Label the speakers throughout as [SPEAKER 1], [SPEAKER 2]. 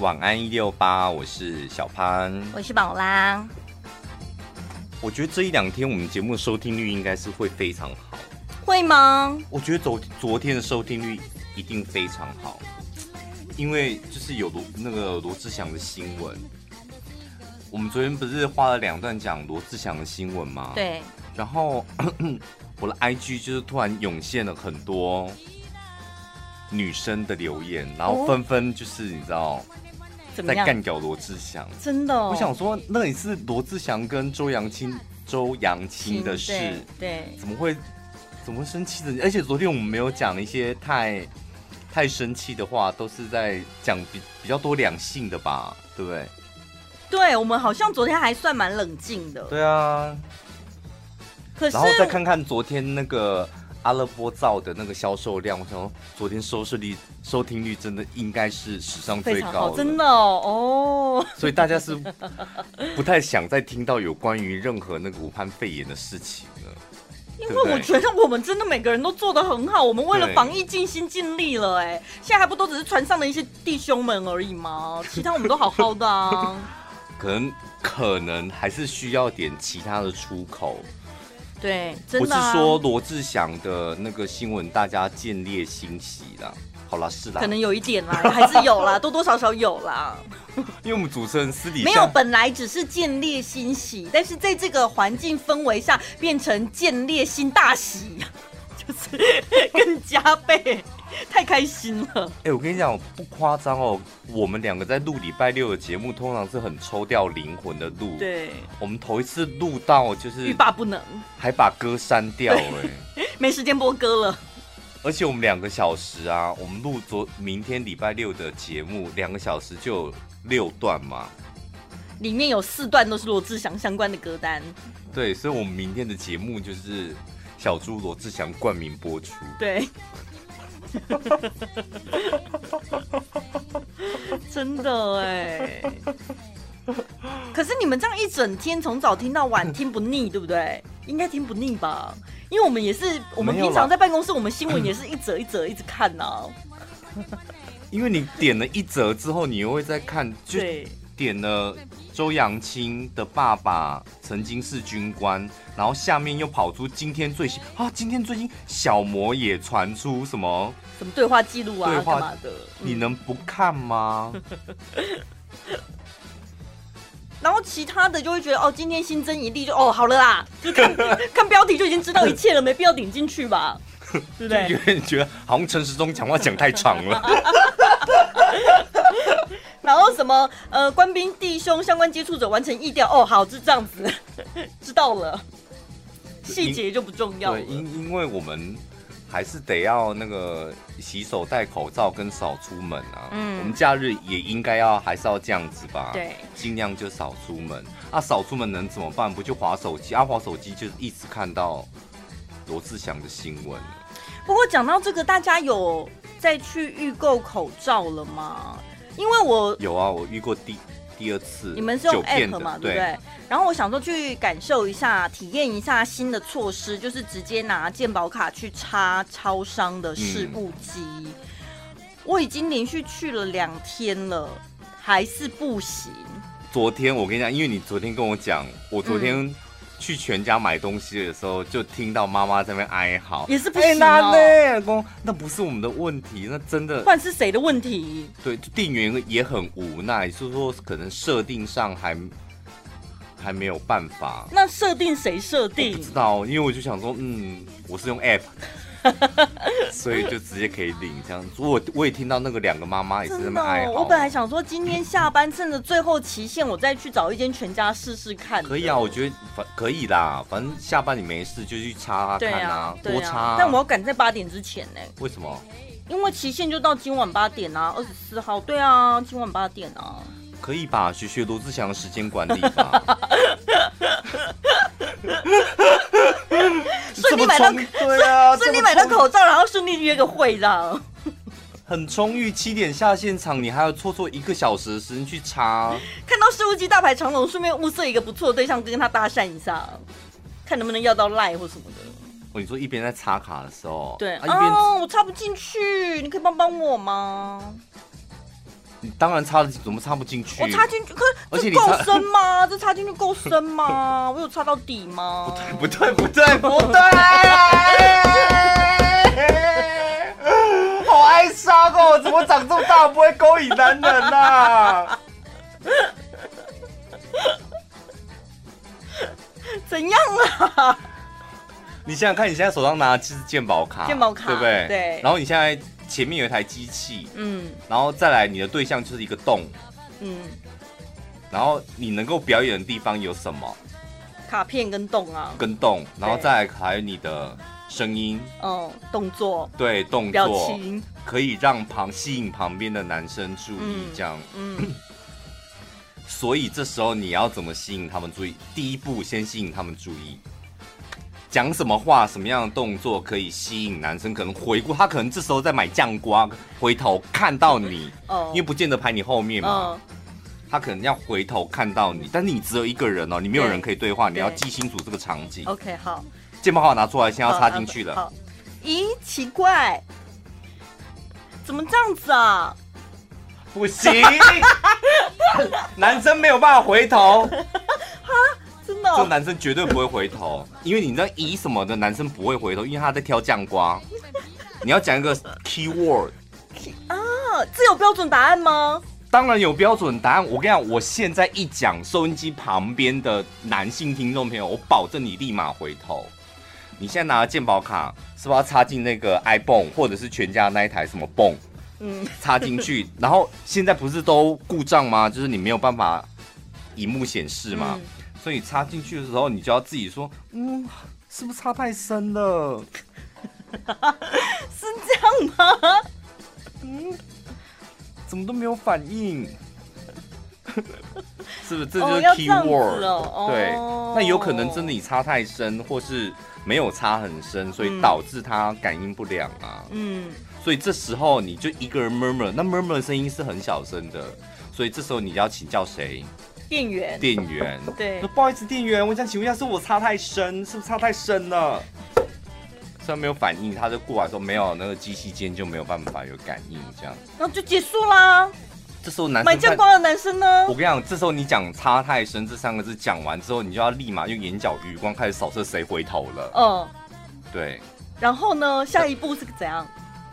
[SPEAKER 1] 晚安一六八，我是小潘。
[SPEAKER 2] 我是宝拉，
[SPEAKER 1] 我觉得这一两天我们节目的收听率应该是会非常好。
[SPEAKER 2] 会吗？
[SPEAKER 1] 我觉得昨昨天的收听率一定非常好，因为就是有罗那个罗志祥的新闻。我们昨天不是花了两段讲罗志祥的新闻吗？。
[SPEAKER 2] 对，
[SPEAKER 1] 然后 我的 IG 就是突然涌现了很多女生的留言，然后
[SPEAKER 2] 哦
[SPEAKER 1] 纷纷就是你知道
[SPEAKER 2] 怎么
[SPEAKER 1] 在
[SPEAKER 2] 样？
[SPEAKER 1] 干掉罗志祥。
[SPEAKER 2] 真的、哦？
[SPEAKER 1] 我想说，那也是罗志祥跟周扬青、周扬青的事
[SPEAKER 2] 对，对，
[SPEAKER 1] 怎么会怎么会生气的？而且昨天我们没有讲一些太太生气的话，都是在讲比比较多两性的吧，对不对？
[SPEAKER 2] 对我们好像昨天还算蛮冷静的，
[SPEAKER 1] 对啊，
[SPEAKER 2] 可是
[SPEAKER 1] 然后再看看昨天那个阿勒波造的那个销售量，我想说昨天收视率、收听率真的应该是史上
[SPEAKER 2] 非
[SPEAKER 1] 最
[SPEAKER 2] 常
[SPEAKER 1] 高
[SPEAKER 2] 好，
[SPEAKER 1] 了，
[SPEAKER 2] 真的哦，哦，
[SPEAKER 1] 所以大家是不太想再听到有关于任何那个武汉肺炎的事情了。
[SPEAKER 2] 因
[SPEAKER 1] 对不
[SPEAKER 2] 为
[SPEAKER 1] 对
[SPEAKER 2] 我觉得我们真的每个人都做得很好，我们为了
[SPEAKER 1] 对
[SPEAKER 2] 防疫尽心尽力了、哎，现在还不都只是船上的一些弟兄们而已 吗？其他我们都好好的啊，
[SPEAKER 1] 可能可能还是需要点其他的出口，
[SPEAKER 2] 对，真
[SPEAKER 1] 不
[SPEAKER 2] 的、啊。
[SPEAKER 1] 是说罗志祥的那个新闻大家见猎心喜啦。好啦，是啦，
[SPEAKER 2] 可能有一点啦，还是有啦，多 多少少有啦。
[SPEAKER 1] 因为我们主持人私底下
[SPEAKER 2] 没有，本来只是见猎欣喜，但是在这个环境氛围下，变成见猎心大喜， 就是更加倍，太开心了。
[SPEAKER 1] 哎、我跟你讲不夸张哦，我们两个在录礼拜六的节目，通常是很抽掉灵魂的录。，
[SPEAKER 2] 对，
[SPEAKER 1] 我们头一次录到就
[SPEAKER 2] 欲
[SPEAKER 1] 是
[SPEAKER 2] 罢不能，
[SPEAKER 1] 还把歌删掉哎、
[SPEAKER 2] 没时间播歌了。
[SPEAKER 1] 而且我们两个小时啊，我们录昨明天礼拜六的节目，两个小时就有六段嘛。
[SPEAKER 2] 里面有四段都是罗志祥相关的歌单，
[SPEAKER 1] 对，所以我们明天的节目就是小猪罗志祥冠名播出。
[SPEAKER 2] 对。真的哎、可是你们这样一整天从早听到晚，听不腻，对不对？应该听不腻吧？因为我们也是，我们
[SPEAKER 1] 没有啦
[SPEAKER 2] 平常在办公室，我们新闻也是一则一则一直看啊呐、
[SPEAKER 1] 因为你点了一折之后，你又会再看，就
[SPEAKER 2] 对，
[SPEAKER 1] 点了周扬青的爸爸曾经是军官，然后下面又跑出今天最新啊，今天最新小魔也传出什么？
[SPEAKER 2] 什么对话记录
[SPEAKER 1] 对
[SPEAKER 2] 啊，
[SPEAKER 1] 话
[SPEAKER 2] 干嘛的？嗯
[SPEAKER 1] 你能不看吗？
[SPEAKER 2] 然后其他的就会觉得哦，今天新增一例就哦，好了啦，就看看标题就已经知道一切了，没必要点进去吧，对不对？
[SPEAKER 1] 因为你觉得好像陈时中讲话讲太长了，
[SPEAKER 2] 然后什么呃，官兵弟兄相关接触者完成疫调，哦，好，就这样子， 知道了，细节就不重要了
[SPEAKER 1] 对，。因因为我们还是得要那个洗手、戴口罩跟少出门啊。
[SPEAKER 2] 嗯
[SPEAKER 1] 我们假日也应该要还是要这样子吧。
[SPEAKER 2] 对，
[SPEAKER 1] 尽量就少出门。啊，少出门能怎么办？不就划手机？啊，划手机就一直看到罗志祥的新闻。
[SPEAKER 2] 不过讲到这个，大家有再去预购口罩了吗？因为我
[SPEAKER 1] 有啊，我遇过第第二次，
[SPEAKER 2] 你们是用
[SPEAKER 1] 九片
[SPEAKER 2] app
[SPEAKER 1] 的
[SPEAKER 2] 嘛，
[SPEAKER 1] 对
[SPEAKER 2] 对不对？然后我想说去感受一下、体验一下新的措施，就是直接拿健保卡去插超商的事故机。
[SPEAKER 1] 嗯
[SPEAKER 2] 我已经连续去了两天了，还是不行。
[SPEAKER 1] 昨天我跟你讲，因为你昨天跟我讲，我昨
[SPEAKER 2] 嗯
[SPEAKER 1] 天去全家买东西的时候，就听到妈妈在那边哀嚎，
[SPEAKER 2] 也是不
[SPEAKER 1] 哎
[SPEAKER 2] 行
[SPEAKER 1] 那
[SPEAKER 2] 哦
[SPEAKER 1] 那公，那不是我们的问题，那真的
[SPEAKER 2] 不然是谁的问题？
[SPEAKER 1] 对，就店员也很无奈，就是说可能设定上还还没有办法。
[SPEAKER 2] 那设定谁设
[SPEAKER 1] 我
[SPEAKER 2] 定
[SPEAKER 1] 不？知道，因为我就想说，嗯，我是用 app，所 以就直接可以领这样子。我我也听到那个两个妈妈也是在那
[SPEAKER 2] 真
[SPEAKER 1] 边
[SPEAKER 2] 的
[SPEAKER 1] 哀
[SPEAKER 2] 哦、
[SPEAKER 1] 嚎。
[SPEAKER 2] 我本来想说今天下班趁着最后期限，我再去找一间全家试试看。
[SPEAKER 1] 可以啊，我觉得反可以啦，反正下班你没事就去擦擦
[SPEAKER 2] 对
[SPEAKER 1] 看
[SPEAKER 2] 啊，对
[SPEAKER 1] 多
[SPEAKER 2] 啊
[SPEAKER 1] 擦、啊。
[SPEAKER 2] 但我要赶在八点之前呢、
[SPEAKER 1] 为什么
[SPEAKER 2] 因为期限就到今晚八点啊，二十四号。对啊，今晚八点啊。
[SPEAKER 1] 可以吧？学学罗志祥的时间管理吧。
[SPEAKER 2] 顺利买到
[SPEAKER 1] 这么充对 啊，
[SPEAKER 2] 顺利
[SPEAKER 1] 这么
[SPEAKER 2] 买到
[SPEAKER 1] 充
[SPEAKER 2] 口罩，然后顺利约个会这样。
[SPEAKER 1] 很充裕，七点下现场，你还要抽出一个小时的时间去擦。
[SPEAKER 2] 看到事务机大排长龙，顺便物色一个不错的对象，跟他搭讪一下，看能不能要到赖或什么的。
[SPEAKER 1] 哦，你说一边在插卡的时候，
[SPEAKER 2] 对
[SPEAKER 1] 啊一边
[SPEAKER 2] 哦，我插不进去，你可以帮帮我吗？
[SPEAKER 1] 你当然插得进，怎么插不进去？
[SPEAKER 2] 我插进去，可
[SPEAKER 1] 而且
[SPEAKER 2] 这
[SPEAKER 1] 你
[SPEAKER 2] 够
[SPEAKER 1] 插
[SPEAKER 2] 深吗？ 这插进去够深吗？我有插到底吗？
[SPEAKER 1] 不对，不对，不对！ 好哀伤哦，怎么长这么大不会勾引男人啊？
[SPEAKER 2] 怎样 啊？
[SPEAKER 1] 你想想看，你现在手上拿的是鉴宝卡，
[SPEAKER 2] 健保卡
[SPEAKER 1] 对不对？
[SPEAKER 2] 对
[SPEAKER 1] 然后你现在前面有一台机器，
[SPEAKER 2] 嗯
[SPEAKER 1] 然后再来你的对象就是一个洞，
[SPEAKER 2] 嗯，
[SPEAKER 1] 然后你能够表演的地方有什么？
[SPEAKER 2] 卡片跟动啊，
[SPEAKER 1] 跟洞，然后
[SPEAKER 2] 对
[SPEAKER 1] 再来还有你的声音，
[SPEAKER 2] 嗯，动作、
[SPEAKER 1] 对动
[SPEAKER 2] 表
[SPEAKER 1] 作，
[SPEAKER 2] 情，
[SPEAKER 1] 可以让旁吸引旁边的男生注意
[SPEAKER 2] 嗯，
[SPEAKER 1] 这样。
[SPEAKER 2] 嗯，
[SPEAKER 1] 所以这时候你要怎么吸引他们注意？第一步，先吸引他们注意，讲什么话、什么样的动作可以吸引男生？可能回顾他，可能这时候在买酱瓜，回头看到你，
[SPEAKER 2] 哦
[SPEAKER 1] 因为不见得排你后面嘛，
[SPEAKER 2] 嗯，
[SPEAKER 1] 他可能要回头看到你，但是你只有一个人哦，你没有
[SPEAKER 2] 对
[SPEAKER 1] 人可以对话，你
[SPEAKER 2] 对
[SPEAKER 1] 要记清楚这个场景。
[SPEAKER 2] OK，好，
[SPEAKER 1] 键盘号拿出来，先要
[SPEAKER 2] 好
[SPEAKER 1] 插进去了。
[SPEAKER 2] 好，咦，奇怪，怎么这样子啊？
[SPEAKER 1] 不行， 男生没有办法回头，
[SPEAKER 2] 真的
[SPEAKER 1] 这
[SPEAKER 2] 哦、
[SPEAKER 1] 男生绝对不会回头，因为你知道以什么的男生不会回头，因为他在挑酱瓜。你要讲一个 key word，
[SPEAKER 2] 啊，这有标准答案吗？
[SPEAKER 1] 当然有标准答案。我跟你讲，我现在一讲，收音机旁边的男性听众朋友，我保证你立马回头。你现在拿了鉴宝卡，是不是要插进那个 iPhone 或者是全家那一台什么泵
[SPEAKER 2] 嗯，
[SPEAKER 1] 插进去？然后现在不是都故障吗？就是你没有办法荧幕显示吗？
[SPEAKER 2] 嗯
[SPEAKER 1] 所以插进去的时候，你就要自己说，嗯，是不是插太深了？
[SPEAKER 2] 是这样吗？
[SPEAKER 1] 嗯怎么都没有反应， 是不是？这就
[SPEAKER 2] 哦
[SPEAKER 1] 是
[SPEAKER 2] 要
[SPEAKER 1] key
[SPEAKER 2] 这样子
[SPEAKER 1] word，、
[SPEAKER 2] 哦
[SPEAKER 1] 对
[SPEAKER 2] 哦。
[SPEAKER 1] 那有可能真的你插太深，或是没有插很深，所以
[SPEAKER 2] 嗯
[SPEAKER 1] 导致它感应不良啊。
[SPEAKER 2] 嗯，
[SPEAKER 1] 所以这时候你就一个人 murmur，那 murmur 的声音是很小声的。所以这时候你要请教谁？
[SPEAKER 2] 店员，
[SPEAKER 1] 店员。
[SPEAKER 2] 对
[SPEAKER 1] 说不好意思，店员，我想请问一下，是我插太深，是不是插太深了？虽然没有反应，他就过来说没有，那个机器间就没有办法有感应，这样。
[SPEAKER 2] 然后就结束啦。
[SPEAKER 1] 这时候男
[SPEAKER 2] 买
[SPEAKER 1] 生
[SPEAKER 2] 酱
[SPEAKER 1] 啊看
[SPEAKER 2] 瓜的男生呢
[SPEAKER 1] 我？跟你讲，这时候你讲“差太深”这三个字讲完之后，你就要立马用眼角余光开始扫射谁回头了。
[SPEAKER 2] 嗯，
[SPEAKER 1] 对，
[SPEAKER 2] 然后呢？下一步是怎样？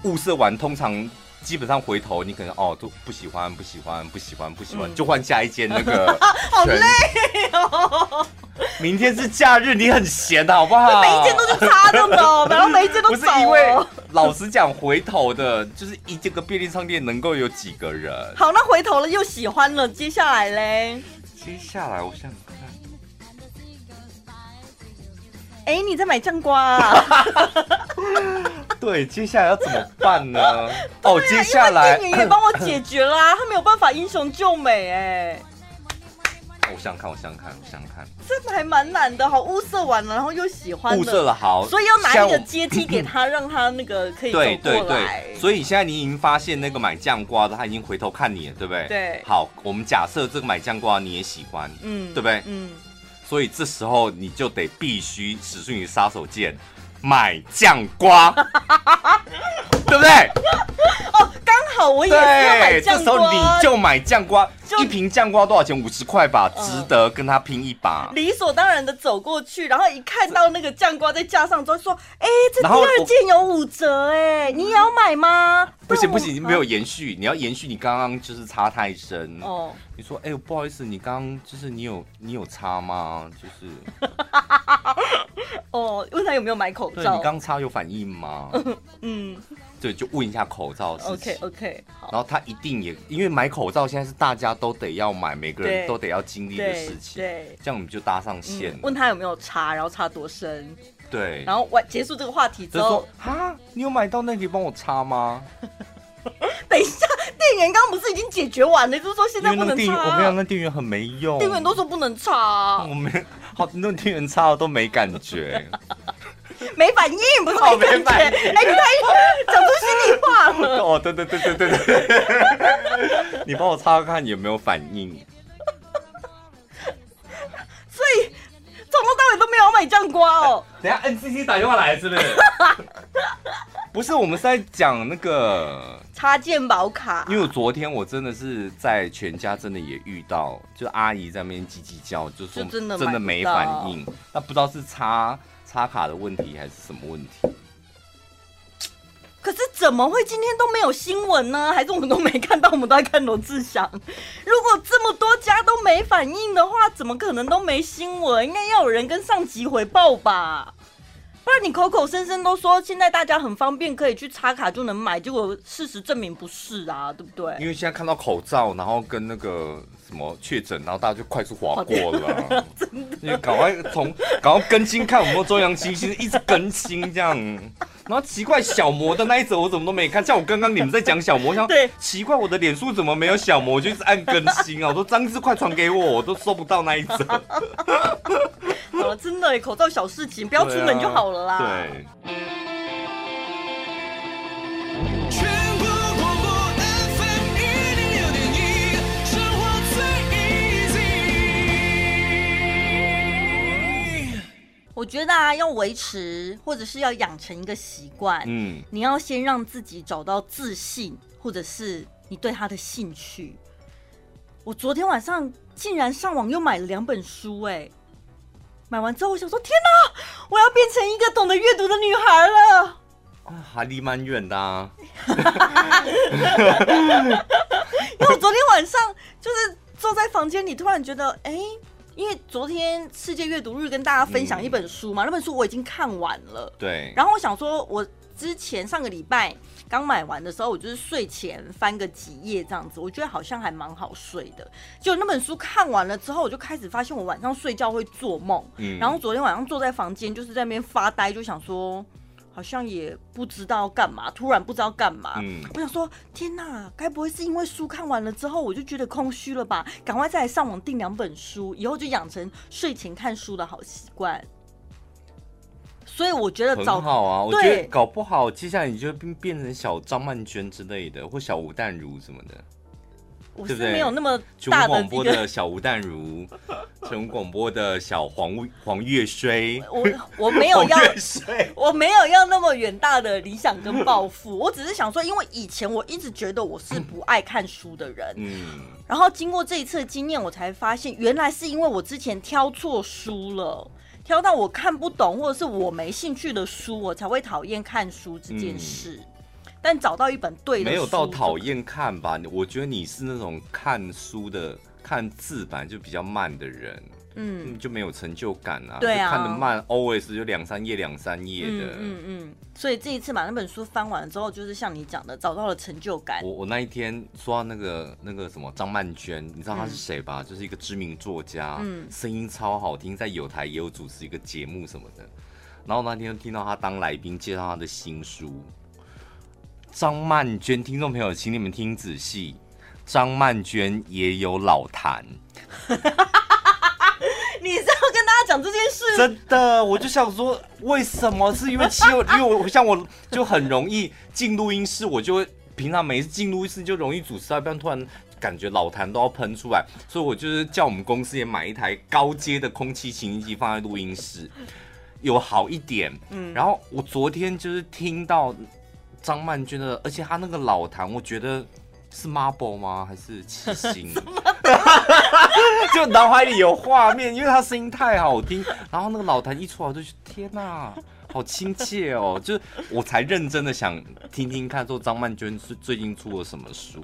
[SPEAKER 1] 物色完，通常基本上回头你可能哦都不喜欢，不喜欢，不喜欢，不喜欢，
[SPEAKER 2] 嗯。
[SPEAKER 1] 就换下一间那个
[SPEAKER 2] 好
[SPEAKER 1] 累哦！ 明天是假日，你很闲的好不好？
[SPEAKER 2] 每一件都是插的 呢，然后每一件都
[SPEAKER 1] 啊不是
[SPEAKER 2] 找
[SPEAKER 1] 因为
[SPEAKER 2] 哦。
[SPEAKER 1] 老实讲，回头的就是一这个便利商店能够有几个人？
[SPEAKER 2] 好，那回头了又喜欢了，接下来嘞？
[SPEAKER 1] 接下来我想想看。
[SPEAKER 2] 哎，你在买酱瓜、啊？
[SPEAKER 1] 对，接下来要怎么办呢？ 哦， 接下
[SPEAKER 2] 啊因为
[SPEAKER 1] 来
[SPEAKER 2] 店员也帮我解决啦、他没有办法英雄救美哎、
[SPEAKER 1] 我想想看，我想想看，我想想看，
[SPEAKER 2] 这还蛮难的。好，物色完了，然后又喜欢
[SPEAKER 1] 物色，了好，
[SPEAKER 2] 所以要拿一个
[SPEAKER 1] 像
[SPEAKER 2] 阶梯给他，让他那个可以走
[SPEAKER 1] 对对
[SPEAKER 2] 过来。
[SPEAKER 1] 对，所以现在你已经发现那个买酱瓜的他已经回头看你了，对不对？
[SPEAKER 2] 对
[SPEAKER 1] 好，我们假设这个买酱瓜你也喜欢，
[SPEAKER 2] 嗯
[SPEAKER 1] 对不对
[SPEAKER 2] 嗯，
[SPEAKER 1] 所以这时候你就得必须使出你的杀手锏，买酱 瓜，对不对？
[SPEAKER 2] 刚好 我也是要买
[SPEAKER 1] 对，这
[SPEAKER 2] 酱
[SPEAKER 1] 时候
[SPEAKER 2] 瓜，
[SPEAKER 1] 你就买酱瓜，
[SPEAKER 2] 就
[SPEAKER 1] 一瓶酱瓜多少钱？五十块吧，
[SPEAKER 2] 嗯
[SPEAKER 1] 值得跟他拼一把。
[SPEAKER 2] 理所当然的走过去，然后一看到那个酱瓜在架上之后说：“哎、这第
[SPEAKER 1] 然后
[SPEAKER 2] 二
[SPEAKER 1] 我嗯
[SPEAKER 2] 件有五折哎、你也要买吗？”
[SPEAKER 1] 不行
[SPEAKER 2] 然
[SPEAKER 1] 不
[SPEAKER 2] 我
[SPEAKER 1] 行，没有延续，你要延续你刚刚就是插太深。
[SPEAKER 2] 哦，
[SPEAKER 1] 你说，哎、不好意思，你刚刚就是你有你有插吗？就是
[SPEAKER 2] 哦，问他有没有买口
[SPEAKER 1] 对
[SPEAKER 2] 罩
[SPEAKER 1] 你？刚插有反应 吗？
[SPEAKER 2] 嗯
[SPEAKER 1] 对，就问一下口罩的事情。
[SPEAKER 2] ，OK OK，好，
[SPEAKER 1] 然后他一定也因为买口罩现在是大家都得要买，每个人
[SPEAKER 2] 对
[SPEAKER 1] 都得要经历的
[SPEAKER 2] 对
[SPEAKER 1] 事情。
[SPEAKER 2] 对。
[SPEAKER 1] 这样我们就搭上线
[SPEAKER 2] 嗯
[SPEAKER 1] 了。
[SPEAKER 2] 问他有没有差，然后差多深，
[SPEAKER 1] 对，
[SPEAKER 2] 然后完结束这个话题之
[SPEAKER 1] 就是
[SPEAKER 2] 后
[SPEAKER 1] 说，啊，你有买到那可以帮我插吗？
[SPEAKER 2] 等一下， 店员刚刚不是已经解决完了，就是说现
[SPEAKER 1] 因
[SPEAKER 2] 在
[SPEAKER 1] 为
[SPEAKER 2] 不
[SPEAKER 1] 那个
[SPEAKER 2] 能
[SPEAKER 1] 店
[SPEAKER 2] 差
[SPEAKER 1] 员，我跟你讲，
[SPEAKER 2] 啊，
[SPEAKER 1] 那店员很没用。
[SPEAKER 2] 店员都说不能差啊
[SPEAKER 1] 我，没好，那个店员插了都没感觉。
[SPEAKER 2] 没反应，不是
[SPEAKER 1] 嗯哦
[SPEAKER 2] 没
[SPEAKER 1] 没反
[SPEAKER 2] 感觉，
[SPEAKER 1] 应
[SPEAKER 2] 哎，你太讲出心里话了。
[SPEAKER 1] 哦，对对对对对对， 你帮我擦擦看有没有反应。
[SPEAKER 2] 所以从头到尾都没有买酱瓜哦。
[SPEAKER 1] 等一下 NCC 打电话来是不是？ 不是，我们是在讲那个，
[SPEAKER 2] 插健保卡，
[SPEAKER 1] 因为我昨天我真的是在全家真的也遇到，就阿姨在那边叽叽叫，就说
[SPEAKER 2] 就真的买不到
[SPEAKER 1] 真的没反应，那不知道是插插卡的问题还是什么问题。
[SPEAKER 2] 可是怎么会今天都没有新闻呢？还是我们都没看到？我们都在看罗志祥。如果这么多家都没反应的话，怎么可能都没新闻？应该要有人跟上级回报吧？不然你口口声声都说现在大家很方便，可以去插卡就能买，结果事实证明不是啊，对不对？
[SPEAKER 1] 因为现在看到口罩，然后跟那个什么确诊，然后大家就快速划过 了，真的。因为赶快从赶快更新看我们周扬青，其实一直更新这样。然后奇怪，小魔的那一则我怎么都没看，像我刚刚你们在讲小魔，像
[SPEAKER 2] 对
[SPEAKER 1] 奇怪我的脸书怎么没有小魔，我就一直按更新啊，我说张志快传给我，我都收不到那一 则。
[SPEAKER 2] 好了，真的耶口罩小事情，不要出门就好了啦。
[SPEAKER 1] 对，
[SPEAKER 3] 全国广播 FM 一零六点一，生活最 easy。
[SPEAKER 2] 我觉得啊，要维持或者是要养成一个习惯，
[SPEAKER 1] 嗯，
[SPEAKER 2] 你要先让自己找到自信，或者是你对他的兴趣。我昨天晚上竟然上网又买了两本书、哎，买完之后我想说，天哪，我要变成一个懂得阅读的女孩了。
[SPEAKER 1] 啊还离蛮远的啊，
[SPEAKER 2] 因为我昨天晚上就是坐在房间里，突然觉得，哎、因为昨天世界阅读日跟大家分享一本书嘛，那本书我已经看完了。
[SPEAKER 1] 对，
[SPEAKER 2] 然后我想说，我之前上个礼拜刚买完的时候，我就是睡前翻个几页这样子，我觉得好像还蛮好睡的。就那本书看完了之后，我就开始发现我晚上睡觉会做梦，
[SPEAKER 1] 嗯
[SPEAKER 2] 然后昨天晚上坐在房间就是在那边发呆，就想说好像也不知道干嘛，突然不知道干嘛。
[SPEAKER 1] 嗯
[SPEAKER 2] 我想说，天哪，该不会是因为书看完了之后我就觉得空虚了吧？赶快再来上网订两本书，以后就养成睡前看书的好习惯。所以我觉得
[SPEAKER 1] 很
[SPEAKER 2] 找
[SPEAKER 1] 好啊，我
[SPEAKER 2] 对
[SPEAKER 1] 觉得搞不好接下来你就变变成小张曼娟之类的，或小吴淡如什么的。
[SPEAKER 2] 我是
[SPEAKER 1] 对不对
[SPEAKER 2] 没有那么
[SPEAKER 1] 全
[SPEAKER 2] 大
[SPEAKER 1] 国广
[SPEAKER 2] 的一
[SPEAKER 1] 播
[SPEAKER 2] 个，
[SPEAKER 1] 的小吴淡如，全国广播的小黄玉黄月衰，
[SPEAKER 2] 我我 没有要
[SPEAKER 1] 黄，月衰，
[SPEAKER 2] 我没有要那么远大的理想跟抱负，我只是想说，因为以前我一直觉得我是不爱看书的人，
[SPEAKER 1] 嗯，
[SPEAKER 2] 然后经过这一次的经验，我才发现原来是因为我之前挑错书了。挑到我看不懂或者是我没兴趣的书，我才会讨厌看书这件事。但找到一本对的书，
[SPEAKER 1] 嗯没有到讨。厌看吧？我觉得你是那种看书的看字版就比较慢的人，
[SPEAKER 2] 嗯
[SPEAKER 1] 嗯，就没有成就感啊，
[SPEAKER 2] 对啊
[SPEAKER 1] 就看得慢，always 就两三页两三页
[SPEAKER 2] 嗯
[SPEAKER 1] 的。
[SPEAKER 2] 嗯嗯。所以这一次把那本书翻完之后，就是像你讲的，找到了成就感。
[SPEAKER 1] 我我那一天说到那个那个什么张曼娟，你知道她是谁吧？就是一个知名作家，
[SPEAKER 2] 嗯
[SPEAKER 1] 声音超好听，在有台也有主持一个节目什么的。然后那天就听到她当来宾介绍她的新书《张曼娟》，听众朋友，请你们听仔细，张曼娟也有老痰，
[SPEAKER 2] 你是要跟大家讲这件事？
[SPEAKER 1] 真的，我就想说，为什么？是因为气候，因为我像我就很容易进录音室，我就会平常每次进录音室就容易主持到一半，突然感觉老痰都要喷出来，所以我就是叫我们公司也买一台高阶的空气清新机放在录音室，有好一点。嗯，然后我昨天就是听到张曼娟的，而且她那个老痰，我觉得。是 marble 吗？还是七星？ 就脑海里有画面，因为他声音太好听，然后那个老谭一出来，我就觉得天哪、好亲切哦！就是我才认真的想听听看，说张曼娟是最近出了什么书，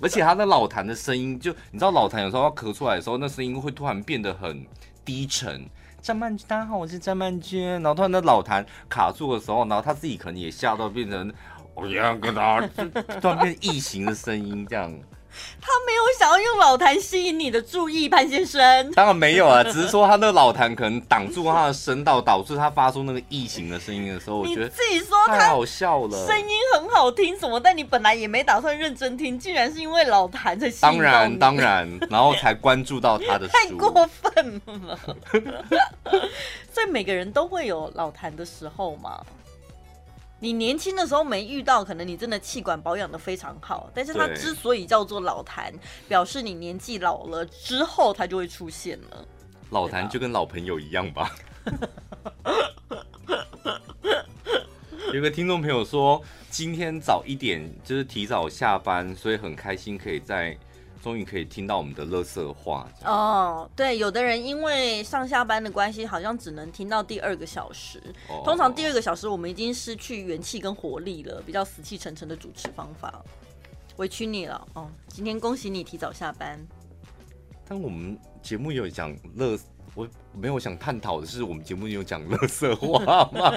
[SPEAKER 1] 而且她的老谭的声音，就你知道老谭有时候要咳出来的时候，那声音会突然变得很低沉。张曼，大家好，我是张曼娟。然后突然那老谭卡住的时候，然后他自己可能也吓到，变成我要跟他，就突然变异形的声音这样。
[SPEAKER 2] 他没有想要用老痰吸引你的注意，潘先生。
[SPEAKER 1] 当然没有啊，只是说他那个老痰可能挡住他的声道，导致他发出那个异形的声音的时候，我
[SPEAKER 2] 你
[SPEAKER 1] 觉得
[SPEAKER 2] 自己说
[SPEAKER 1] 太
[SPEAKER 2] 他
[SPEAKER 1] 好笑了。
[SPEAKER 2] 声音很好听什么，但你本来也没打算认真听，竟然是因为老痰才吸引到
[SPEAKER 1] 当
[SPEAKER 2] 你
[SPEAKER 1] 然当然，然后才关注到他的
[SPEAKER 2] 太
[SPEAKER 1] 书。
[SPEAKER 2] 过分了。 所以每个人都会有老痰的时候嘛。你年轻的时候没遇到，可能你真的气管保养的非常好，但是它
[SPEAKER 1] 对
[SPEAKER 2] 之所以叫做老痰，表示你年纪老了之后它就会出现了。
[SPEAKER 1] 老痰就跟老朋友一样吧。 有个听众朋友说，今天早一点就是提早下班，所以很开心可以在终于可以听到我们的乐色话。
[SPEAKER 2] 哦，对，有的人因为上下班的关系，好像只能听到第二个小时。
[SPEAKER 1] 哦
[SPEAKER 2] 通常第二个小时我们已经失去元气跟活力了，比较死气沉沉的主持方法，委屈你了哦。今天恭喜你提早下班，
[SPEAKER 1] 但我们节目有讲乐，我没有想探讨的是，我们节目有讲乐色话 吗？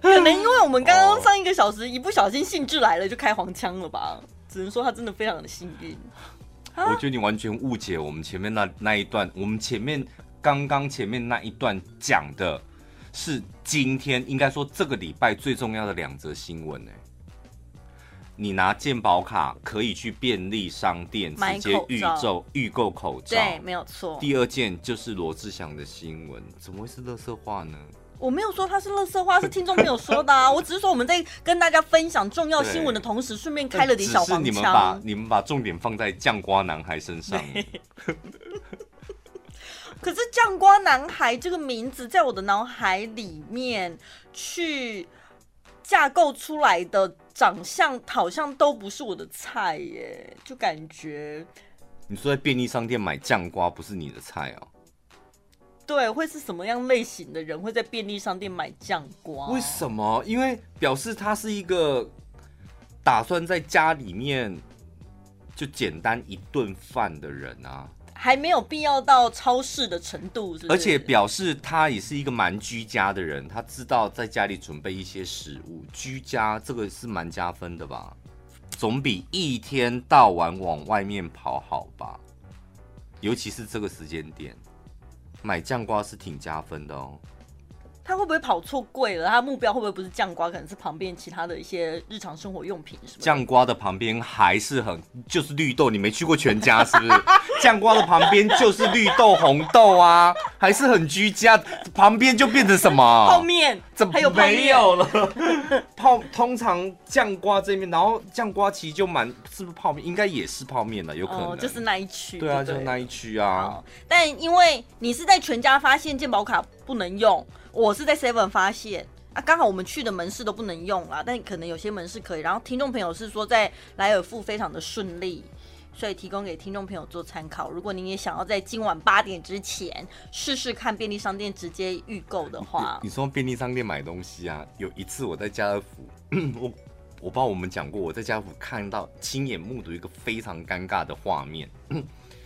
[SPEAKER 2] 可能因为我们刚刚
[SPEAKER 1] 哦
[SPEAKER 2] 上一个小时一不小心兴致来了就开黄腔了吧，只能说他真的非常的幸运。
[SPEAKER 1] 我觉得你完全误解我们前面那那一段，我们前面刚刚前面那一段讲的是今天应该说这个礼拜最重要的两则新闻呢、你拿健保卡可以去便利商店
[SPEAKER 2] 买
[SPEAKER 1] 直接预
[SPEAKER 2] 口罩
[SPEAKER 1] 售预购口罩。
[SPEAKER 2] 对，没有错。
[SPEAKER 1] 第二件就是罗志祥的新闻，怎么会是乐色话呢？
[SPEAKER 2] 我没有说他是乐色话，是听众朋友说 的啊。我只是说我们在跟大家分享重要新闻的同时，顺便开了点小
[SPEAKER 1] 只是
[SPEAKER 2] 黄
[SPEAKER 1] 你们把
[SPEAKER 2] 腔。
[SPEAKER 1] 你们把重点放在酱瓜男孩身上，
[SPEAKER 2] 可是“酱瓜男孩”这个名字在我的脑海里面去架构出来的长相，好像都不是我的菜耶，就感觉
[SPEAKER 1] 你说在便利商店买酱瓜不是你的菜哦、
[SPEAKER 2] 对，会是什么样类型的人会在便利商店买酱瓜？
[SPEAKER 1] 为什么？因为表示他是一个打算在家里面就简单一顿饭的人啊，
[SPEAKER 2] 还没有必要到超市的程度是不
[SPEAKER 1] 而
[SPEAKER 2] 是
[SPEAKER 1] 且表示他也是一个蛮居家的人，他知道在家里准备一些食物，居家这个是蛮加分的吧，总比一天到晚往外面跑好吧，尤其是这个时间点。买酱瓜是挺加分的哦，
[SPEAKER 2] 他会不会跑错柜了？他目标会不会不是酱瓜，可能是旁边其他的一些日常生活用品什么的？
[SPEAKER 1] 酱瓜的旁边还是很就是绿豆，你没去过全家是不 是？酱瓜的旁边就是绿豆、红豆啊，还是很居家，旁边就变成什么？
[SPEAKER 2] 泡面，
[SPEAKER 1] 怎么
[SPEAKER 2] 还有泡面哦
[SPEAKER 1] 没有了？ 泡通常酱瓜这边，然后酱瓜其实就蛮是不是泡面？应该也是泡面了，有可能。
[SPEAKER 2] 哦，就是那一区。
[SPEAKER 1] 对啊，
[SPEAKER 2] 不
[SPEAKER 1] 就是那一区啊
[SPEAKER 2] 好。但因为你是在全家发现健保卡不能用，我是在 Seven 发现啊，刚好我们去的门市都不能用啦，但可能有些门市可以。然后听众朋友是说在莱尔富非常的顺利。所以提供给听众朋友做参考。如果您也想要在今晚八点之前试试看便利商店直接预购的话
[SPEAKER 1] 你，说便利商店买东西啊？有一次我在家乐福， 我我帮我们讲过，我在家乐福看到亲眼目睹一个非常尴尬的画面。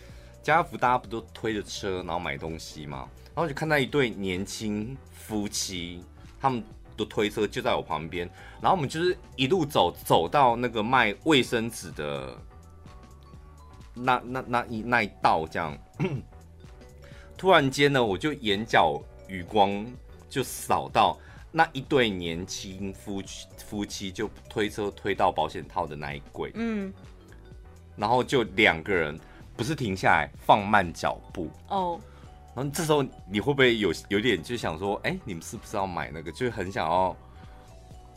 [SPEAKER 1] 家乐福大家不都推着车然后买东西吗？然后就看到一对年轻夫妻，他们的推车就在我旁边，然后我们就是一路走走到那个卖卫生纸的那那那一那一道这样。 突然间呢，我就眼角余光就扫到那一对年轻夫妻夫妻就推车推到保险套的那一柜，
[SPEAKER 2] 嗯，
[SPEAKER 1] 然后就两个人不是停下来放慢脚步，
[SPEAKER 2] 哦，
[SPEAKER 1] 然后这时候你会不会有有点就想说，哎、你们是不是要买那个？就是很想要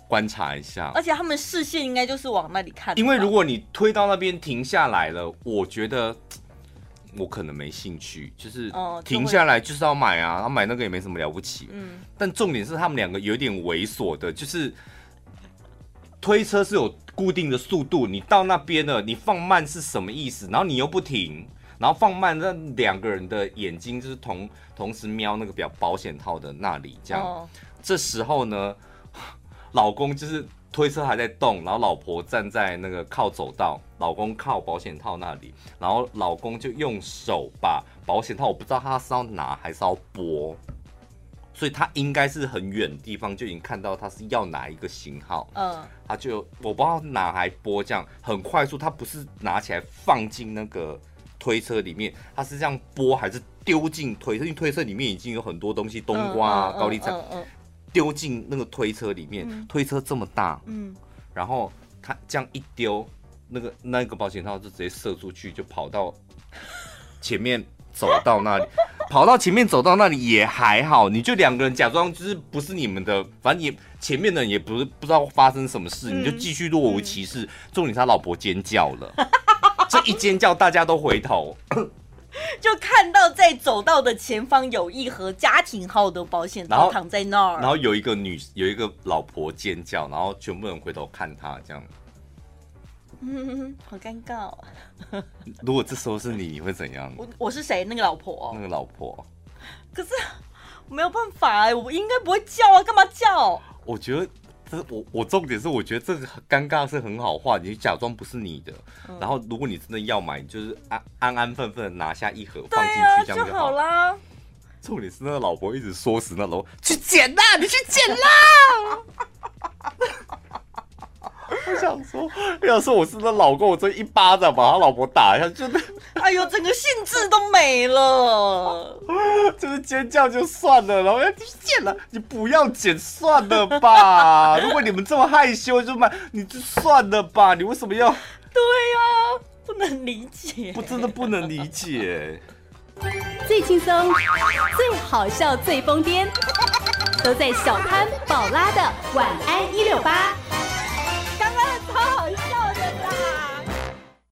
[SPEAKER 1] 观察一下
[SPEAKER 2] 而，且他们视线应该就是往那里看的
[SPEAKER 1] 因
[SPEAKER 2] 吧，
[SPEAKER 1] 为如果你推到那边停下来了，我觉得。我可能没兴趣，就是
[SPEAKER 2] 哦就会
[SPEAKER 1] 停下来就是要买啊，然后买那个也没什么了不起。
[SPEAKER 2] 嗯，
[SPEAKER 1] 但重点是他们两个有点猥琐的，就是推车是有固定的速度，你到那边了，你放慢是什么意思？然后你又不停，然后放慢，那两个人的眼睛就是同同时瞄那个表保险套的那里，这样。
[SPEAKER 2] 哦，
[SPEAKER 1] 这时候呢，老公就是推车还在动，然后老婆站在那个靠走道，老公靠保险套那里，然后老公就用手把保险套，我不知道他是要拿还是要拨，所以他应该是很远的地方就已经看到他是要哪一个型号，
[SPEAKER 2] 嗯，
[SPEAKER 1] 他就我不知道哪还拨这样很快速，他不是拿起来放进那个推车里面，他是这样拨还是丢进推车？因为推车里面已经有很多东西，冬瓜啊、
[SPEAKER 2] 嗯
[SPEAKER 1] 高丽菜，
[SPEAKER 2] 嗯嗯
[SPEAKER 1] 丢进那个推车里面，
[SPEAKER 2] 嗯
[SPEAKER 1] 推车这么大，
[SPEAKER 2] 嗯，
[SPEAKER 1] 然后他这样一丢，那个那个保险套就直接射出去，就跑到前面走到那里， 跑到前面走到那里也还好，你就两个人假装就是不是你们的，反正也前面的人也不是不知道发生什么事，
[SPEAKER 2] 嗯
[SPEAKER 1] 你就继续若无其事。重点是他老婆尖叫了，这一尖叫大家都回头，
[SPEAKER 2] 就看到在走道的前方有一盒家庭号的保险
[SPEAKER 1] 然
[SPEAKER 2] 套
[SPEAKER 1] 后
[SPEAKER 2] 躺在那
[SPEAKER 1] 然
[SPEAKER 2] 儿，
[SPEAKER 1] 后有一个女有一个老婆尖叫，然后全部人回头看她这样。
[SPEAKER 2] 嗯， 好尴尬哦、
[SPEAKER 1] 如果这时候是你，你会怎样？
[SPEAKER 2] 我我是谁？那个老婆哦、
[SPEAKER 1] 那个老婆，
[SPEAKER 2] 可是我没有办法哎、我应该不会叫啊，干嘛叫？
[SPEAKER 1] 我觉得这我我重点是，我觉得这个尴尬是很好化，你假装不是你的，
[SPEAKER 2] 嗯
[SPEAKER 1] 然后如果你真的要买，你就是安安安分分的拿下一盒
[SPEAKER 2] 对
[SPEAKER 1] 放进
[SPEAKER 2] 啊，
[SPEAKER 1] 去，这样就
[SPEAKER 2] 好
[SPEAKER 1] 了。
[SPEAKER 2] 啦。
[SPEAKER 1] 重点是那个老婆一直唆使那老婆去捡啦，你去捡啦。我想说，要是我是那老公，我这一巴掌把他老婆打下去，就是
[SPEAKER 2] 哎呦，整个兴致都没了。
[SPEAKER 1] 就是尖叫就算了，然后要去捡了，你不要捡算了 吧。如果你们这么害羞，就买你就算了吧。你为什么要？
[SPEAKER 2] 对呀、不能理解。
[SPEAKER 1] 我真的不能理解。
[SPEAKER 4] 最轻松、最好笑、最疯癫，都在小潘宝拉的《晚安一六八》。